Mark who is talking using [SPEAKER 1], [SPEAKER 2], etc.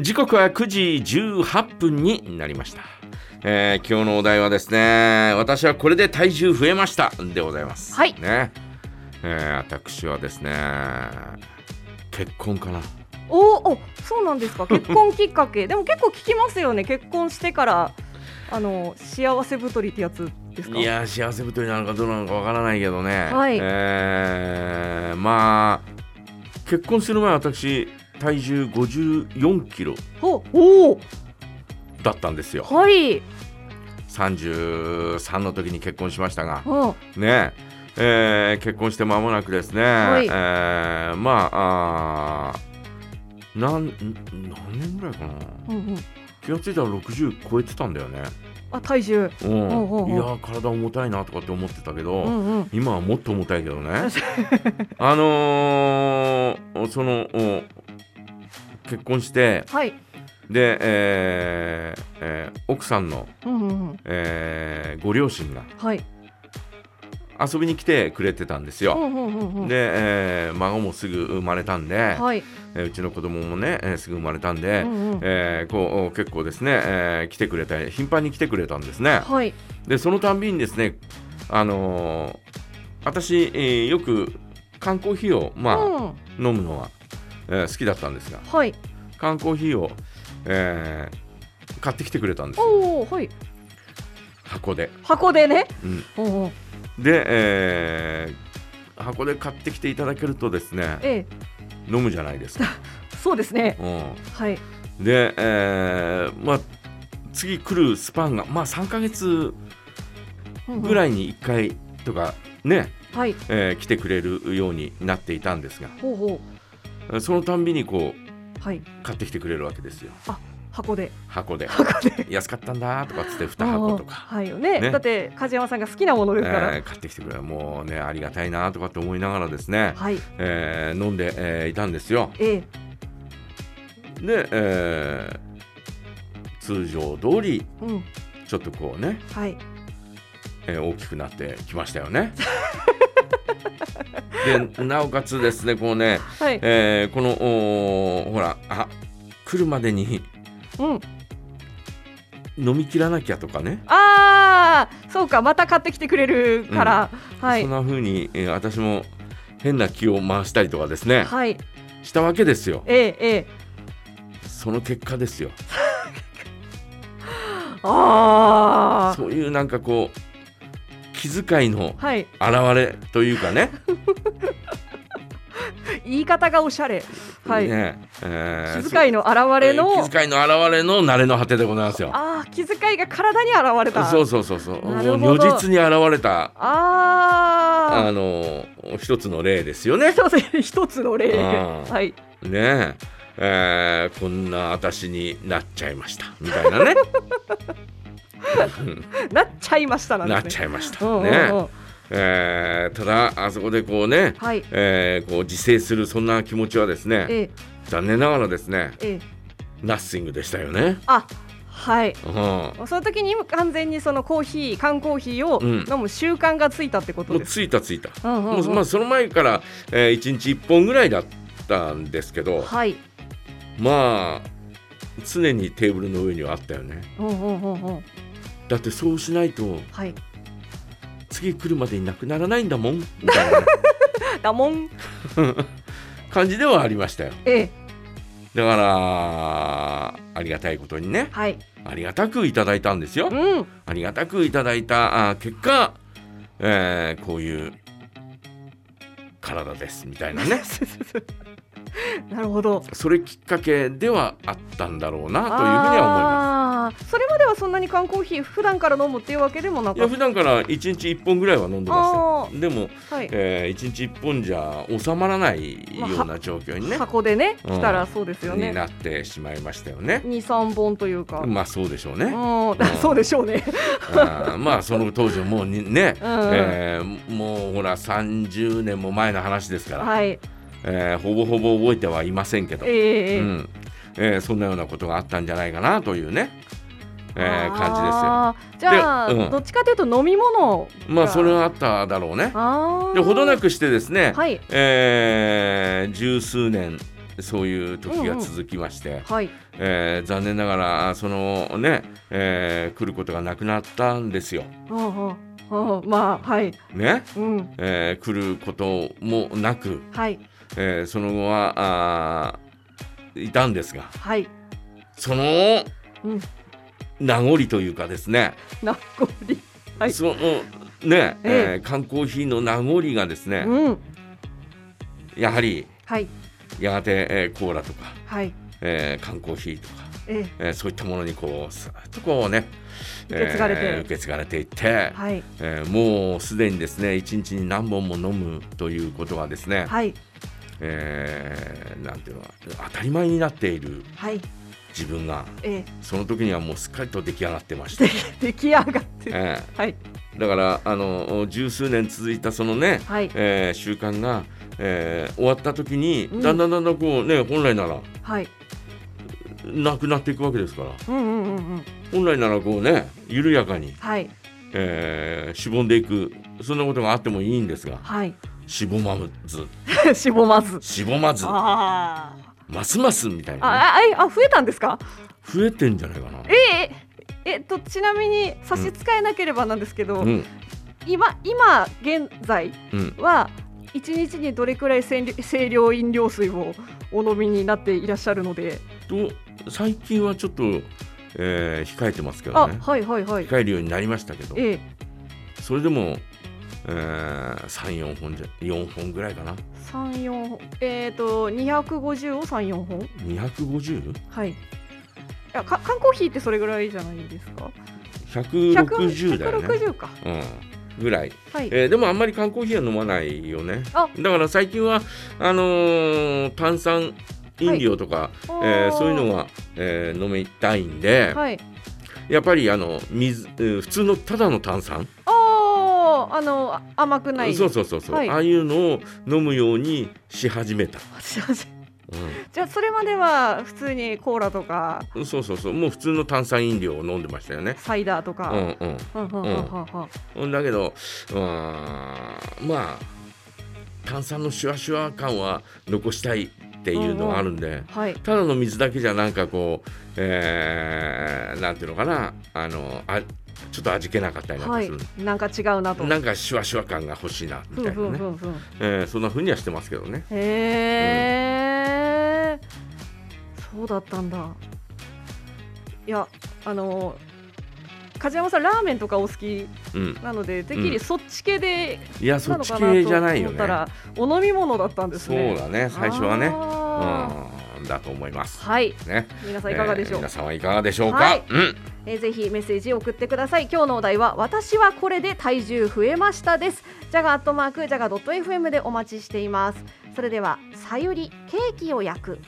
[SPEAKER 1] 時刻は9時18分になりました、えー、今日のお題はですね私はこれで体重増えましたでございます
[SPEAKER 2] はい
[SPEAKER 1] ね、えー、私はですね結婚かな
[SPEAKER 2] おーおそうなん ですか結婚きっかけでも結構聞きますよね結婚してからあの幸せ太りってやつですか
[SPEAKER 1] いやー幸せ太りなのかどうなのかわからないけどね、
[SPEAKER 2] はい
[SPEAKER 1] えーまあ結婚する前私体重54キロ
[SPEAKER 2] おお
[SPEAKER 1] だったんですよ
[SPEAKER 2] ーはい
[SPEAKER 1] 33の時に結婚しましたが
[SPEAKER 2] あ
[SPEAKER 1] ねええー結婚して間もなくですね、
[SPEAKER 2] はい
[SPEAKER 1] えーまああーなんん何年ぐらいかな
[SPEAKER 2] うんうん
[SPEAKER 1] 気がついたら60超えてたんだよね、
[SPEAKER 2] あ体重
[SPEAKER 1] うん
[SPEAKER 2] ほうほうほう
[SPEAKER 1] いやー体重たいなとかって思ってたけど、
[SPEAKER 2] うんうん
[SPEAKER 1] 今はもっと重たいけど ねあのーそのお結婚して
[SPEAKER 2] はい
[SPEAKER 1] で、えーえー奥さんの、
[SPEAKER 2] うんうんうん
[SPEAKER 1] えーご両親が
[SPEAKER 2] はい
[SPEAKER 1] 遊びに来てくれてたんです
[SPEAKER 2] う
[SPEAKER 1] よ。
[SPEAKER 2] んうんうんうん
[SPEAKER 1] で、えー孫もすぐ生まれたんで、
[SPEAKER 2] はい
[SPEAKER 1] えーうちの子供もね、えーすぐ生まれたんで、
[SPEAKER 2] うんうん
[SPEAKER 1] えーこう結構ですね、えー来てくれた頻繁に来てくれたんですね。
[SPEAKER 2] はい
[SPEAKER 1] でそのたんびにですねあのー私、えーよく缶コーヒーを、ま
[SPEAKER 2] う
[SPEAKER 1] あ
[SPEAKER 2] ん
[SPEAKER 1] 飲むのは、えー好きだったんですが
[SPEAKER 2] はい
[SPEAKER 1] 缶コーヒーを、えー買ってきてくれたんですよ
[SPEAKER 2] おおはい
[SPEAKER 1] 箱で。
[SPEAKER 2] 箱でね
[SPEAKER 1] うん
[SPEAKER 2] おお
[SPEAKER 1] で、えー箱で買ってきていただけるとですね
[SPEAKER 2] ええ
[SPEAKER 1] 飲むじゃないですか。
[SPEAKER 2] そうですね
[SPEAKER 1] うん
[SPEAKER 2] はい
[SPEAKER 1] で、えーまあ、次来るスパンが、まあ、3ヶ月ぐ
[SPEAKER 2] い
[SPEAKER 1] らいに1回とかね、
[SPEAKER 2] はい
[SPEAKER 1] えー来てくれるようになっていたんですが
[SPEAKER 2] ほうほ
[SPEAKER 1] えーそのたんびにこう
[SPEAKER 2] うはい
[SPEAKER 1] 買ってきてくれるわけですよ
[SPEAKER 2] 箱で
[SPEAKER 1] 箱で
[SPEAKER 2] 箱で
[SPEAKER 1] 安かったんだとかっつって2箱とか、
[SPEAKER 2] あーはいよね
[SPEAKER 1] ね
[SPEAKER 2] だって梶山さんが好きなもの
[SPEAKER 1] え
[SPEAKER 2] ですから、
[SPEAKER 1] ー買ってきてくれるもうねありがたいなとかって思いながらですね、
[SPEAKER 2] はい
[SPEAKER 1] えー飲んで、えーいたんですよ
[SPEAKER 2] ええ
[SPEAKER 1] で、えー通常通り
[SPEAKER 2] うん
[SPEAKER 1] ちょっとこうね
[SPEAKER 2] はい
[SPEAKER 1] えー大きくなってきましたよね。 でなおかつですねこうね、
[SPEAKER 2] はい
[SPEAKER 1] えーこのおーほらあ来るまでに
[SPEAKER 2] うん
[SPEAKER 1] 飲み切らなきゃとかね、
[SPEAKER 2] ああそうかまた買ってきてくれるから、はい
[SPEAKER 1] そんな風に、えー私も変な気を回したりとかですね
[SPEAKER 2] はい
[SPEAKER 1] したわけですよ
[SPEAKER 2] ええええ
[SPEAKER 1] その結果ですよ
[SPEAKER 2] ああ
[SPEAKER 1] そういうなんかこう気遣いの
[SPEAKER 2] はい
[SPEAKER 1] 表れというかね
[SPEAKER 2] 言い方がおしゃれはい、
[SPEAKER 1] ねえー
[SPEAKER 2] 気遣いの表れの、
[SPEAKER 1] そう気遣いの表れの慣れの果てでございますよ。
[SPEAKER 2] ああ気遣いが体に現れた
[SPEAKER 1] そうそうそうそうも
[SPEAKER 2] なる
[SPEAKER 1] う
[SPEAKER 2] ほ
[SPEAKER 1] 如
[SPEAKER 2] ど
[SPEAKER 1] 実に現れたあ
[SPEAKER 2] ああ
[SPEAKER 1] の一つの例ですよね。
[SPEAKER 2] そうですね一つの例
[SPEAKER 1] あー
[SPEAKER 2] はい
[SPEAKER 1] ねええーこんな私になっちゃいましたみたいなね
[SPEAKER 2] なっちゃ いましたなんで
[SPEAKER 1] な
[SPEAKER 2] す
[SPEAKER 1] っ
[SPEAKER 2] ね
[SPEAKER 1] ちゃいました
[SPEAKER 2] うんうんうん
[SPEAKER 1] ね、えーただあそこでこうね、
[SPEAKER 2] はい
[SPEAKER 1] えーこう自制するそんな気持ちはですね
[SPEAKER 2] ええ
[SPEAKER 1] 残念ながらですね
[SPEAKER 2] ええ
[SPEAKER 1] ナッシングでしたよね。
[SPEAKER 2] あはい
[SPEAKER 1] うん、も
[SPEAKER 2] その時に完全にそのコーヒー缶コーヒーを
[SPEAKER 1] うん
[SPEAKER 2] 飲む習慣がついたってこと
[SPEAKER 1] う
[SPEAKER 2] です、
[SPEAKER 1] ついたついた、
[SPEAKER 2] うんうんう
[SPEAKER 1] も
[SPEAKER 2] ん
[SPEAKER 1] うまあ、その前から、え1日1本ぐらいだったんですけど
[SPEAKER 2] はい
[SPEAKER 1] まあ常にテーブルの上にはあったよね
[SPEAKER 2] うんうんうんうん
[SPEAKER 1] だってそうしないと
[SPEAKER 2] はい
[SPEAKER 1] 次来るまでになくならないんだもんみたい なね
[SPEAKER 2] だもん
[SPEAKER 1] 感じではありましたよ
[SPEAKER 2] ええ
[SPEAKER 1] だからありがたいことにね
[SPEAKER 2] はい
[SPEAKER 1] ありがたくいただいたんですよ
[SPEAKER 2] うん
[SPEAKER 1] ありがたくいただいたあ結果、えーこういう体ですみたいな ね
[SPEAKER 2] なるほどという
[SPEAKER 1] それきっかけではあったんだろうなというふうには
[SPEAKER 2] 思いますそれまではそんなに缶コーヒー普段から飲むっていうわけでもな
[SPEAKER 1] 思いますい
[SPEAKER 2] か
[SPEAKER 1] や
[SPEAKER 2] っ
[SPEAKER 1] 普段から1日1本ぐらいは飲んでま
[SPEAKER 2] あ
[SPEAKER 1] したでも、
[SPEAKER 2] た、はい
[SPEAKER 1] え1日1本じゃ収まらないような状況にね、
[SPEAKER 2] 箱でね
[SPEAKER 1] うん
[SPEAKER 2] 来たらそうですよ
[SPEAKER 1] に
[SPEAKER 2] ね
[SPEAKER 1] なってしまいましたよね。
[SPEAKER 2] 23本というか、
[SPEAKER 1] まあそうでしょう
[SPEAKER 2] う
[SPEAKER 1] ね。
[SPEAKER 2] ん、 そうでしょうね
[SPEAKER 1] あーまあその当時はもうにね、
[SPEAKER 2] うんうん
[SPEAKER 1] えーもうほら30年も前の話ですから、
[SPEAKER 2] はい
[SPEAKER 1] えーほぼほぼ覚えてはいませんけど、
[SPEAKER 2] ええええ
[SPEAKER 1] うんえーそんなようなことがあったんじゃないかなというね、えー感じですよ。
[SPEAKER 2] あーじゃあ、
[SPEAKER 1] でうん
[SPEAKER 2] どっちかというと飲み物が
[SPEAKER 1] まあそれはあっただろうね。
[SPEAKER 2] あー
[SPEAKER 1] でほどなくしてですね、
[SPEAKER 2] はい
[SPEAKER 1] えー十数年そういう時が続きまして、
[SPEAKER 2] はい。
[SPEAKER 1] えー残念ながらそのね、えー来ることがなくなったんですよ。
[SPEAKER 2] ああ、ああ、まあ、はい。
[SPEAKER 1] ね
[SPEAKER 2] うん。
[SPEAKER 1] えー来ることもなく、
[SPEAKER 2] はい。
[SPEAKER 1] えーその後はあーいたんですが
[SPEAKER 2] はい。
[SPEAKER 1] その
[SPEAKER 2] うん。
[SPEAKER 1] 名残というかですね、
[SPEAKER 2] なっこり。はい
[SPEAKER 1] そのね、え
[SPEAKER 2] え
[SPEAKER 1] ー缶コーヒーの名残がですね、
[SPEAKER 2] うん。
[SPEAKER 1] やはり
[SPEAKER 2] はい。
[SPEAKER 1] やがて、えーコーラとか、
[SPEAKER 2] はい。
[SPEAKER 1] えー缶コーヒーとか、
[SPEAKER 2] ええ。
[SPEAKER 1] えーそういったものにこうさっとこうね
[SPEAKER 2] 受け継がれて
[SPEAKER 1] えー受け継がれていって、
[SPEAKER 2] はい。
[SPEAKER 1] えーもうすでにですね一日に何本も飲むということがですね、
[SPEAKER 2] はい。
[SPEAKER 1] えーなんていうのは当たり前になっている
[SPEAKER 2] はい。
[SPEAKER 1] 自分が
[SPEAKER 2] ええ。
[SPEAKER 1] その時にはもうすっかりと出来上がってま して
[SPEAKER 2] で、出来上がってる。
[SPEAKER 1] え
[SPEAKER 2] はい。
[SPEAKER 1] ーだからあの十数年続いたそのね、
[SPEAKER 2] はい。
[SPEAKER 1] えー習慣が、えー終わった時に
[SPEAKER 2] うん
[SPEAKER 1] だんだんだんだんこうね本来なら
[SPEAKER 2] はい。
[SPEAKER 1] なくなっていくわけですから
[SPEAKER 2] うんうんうんうん。
[SPEAKER 1] 本来ならこうね緩やかに、
[SPEAKER 2] はい。
[SPEAKER 1] えーしぼんでいくそんなことがあってもいいんですが
[SPEAKER 2] はい。
[SPEAKER 1] しぼまず
[SPEAKER 2] しぼまず。
[SPEAKER 1] しぼまず
[SPEAKER 2] あ
[SPEAKER 1] ますますみたい
[SPEAKER 2] あ。
[SPEAKER 1] なね、
[SPEAKER 2] あ、あ、あ、増えたんですか。
[SPEAKER 1] 増えてんじゃないかな。
[SPEAKER 2] ええ。えっと、ちなみに差し支えなければなんですけど、
[SPEAKER 1] うん
[SPEAKER 2] 今、今現在
[SPEAKER 1] うん、
[SPEAKER 2] は。一日にどれくらい清涼清涼飲料水をお飲みになっていらっしゃるので、
[SPEAKER 1] と最近はちょっと、えー控えてますけ
[SPEAKER 2] あ
[SPEAKER 1] どね
[SPEAKER 2] はいはいはい
[SPEAKER 1] 控えるようになりましたけど
[SPEAKER 2] ええ
[SPEAKER 1] それでも、えー、34本じゃ4本ぐらいかな
[SPEAKER 2] 三四本えっ、ー、と二百五十を三四本
[SPEAKER 1] 250?160?
[SPEAKER 2] はい。いやか缶コーヒーってそれぐらいじゃないですか。
[SPEAKER 1] だよ
[SPEAKER 2] 百
[SPEAKER 1] ね、
[SPEAKER 2] 六か。
[SPEAKER 1] うん、ぐらい、
[SPEAKER 2] はい。
[SPEAKER 1] えーでもあんまり缶コーヒーは飲まないよね
[SPEAKER 2] あ
[SPEAKER 1] だから最近はあのー炭酸飲料とか、えーそういうのが、えー飲みたいんで、
[SPEAKER 2] がはい。
[SPEAKER 1] やっぱりあの水、えー普通のただの炭酸、
[SPEAKER 2] あああのあ甘くない。
[SPEAKER 1] そうそうそうそう、
[SPEAKER 2] はい
[SPEAKER 1] ああいうのを飲むようにし始めた、
[SPEAKER 2] すいませんじゃあそれまでは普通にコーラとか
[SPEAKER 1] うん、そうそうそうもう普通の炭酸飲料を飲んでましたよね
[SPEAKER 2] サイダーとか。
[SPEAKER 1] うん
[SPEAKER 2] うんうんうんうん
[SPEAKER 1] うんだけどうーんまあ炭酸のシュワシュワ感は残したいっていうのがあるんで、
[SPEAKER 2] はい。
[SPEAKER 1] ただの水だけじゃなんかこう、えー、なんていうのかなあのあちょっと味気なかったりなんか
[SPEAKER 2] は
[SPEAKER 1] する、
[SPEAKER 2] い。なんか違うなと。
[SPEAKER 1] なんかシュワシュワ感が欲しいな
[SPEAKER 2] ふ
[SPEAKER 1] みた
[SPEAKER 2] ん
[SPEAKER 1] い
[SPEAKER 2] ふ
[SPEAKER 1] なんね
[SPEAKER 2] ふ、んふん。
[SPEAKER 1] えーそんな風にはしてますけどね
[SPEAKER 2] へえ、そうだったんだいやあの梶山さんラーメンとかお好き
[SPEAKER 1] うん
[SPEAKER 2] なのでてっき
[SPEAKER 1] うん
[SPEAKER 2] りそっち系で、
[SPEAKER 1] いやそ
[SPEAKER 2] な
[SPEAKER 1] っ
[SPEAKER 2] の
[SPEAKER 1] ち
[SPEAKER 2] かな
[SPEAKER 1] 系じゃない
[SPEAKER 2] と
[SPEAKER 1] よ
[SPEAKER 2] 思った
[SPEAKER 1] ね
[SPEAKER 2] ら、お飲み物だったんです
[SPEAKER 1] そう
[SPEAKER 2] ね
[SPEAKER 1] だね最初はね
[SPEAKER 2] あ
[SPEAKER 1] うんだと思います
[SPEAKER 2] ーはい
[SPEAKER 1] ね
[SPEAKER 2] 皆さんいかがでしょ
[SPEAKER 1] えー
[SPEAKER 2] う、え
[SPEAKER 1] 皆さんはいかがでしょうか、
[SPEAKER 2] はい
[SPEAKER 1] うん
[SPEAKER 2] ーぜひメッセージ送ってください今日のお題は私はこれで体重増えましたですジャガアットマークジャガ .fm でお待ちしていますそれではさゆりケーキを焼く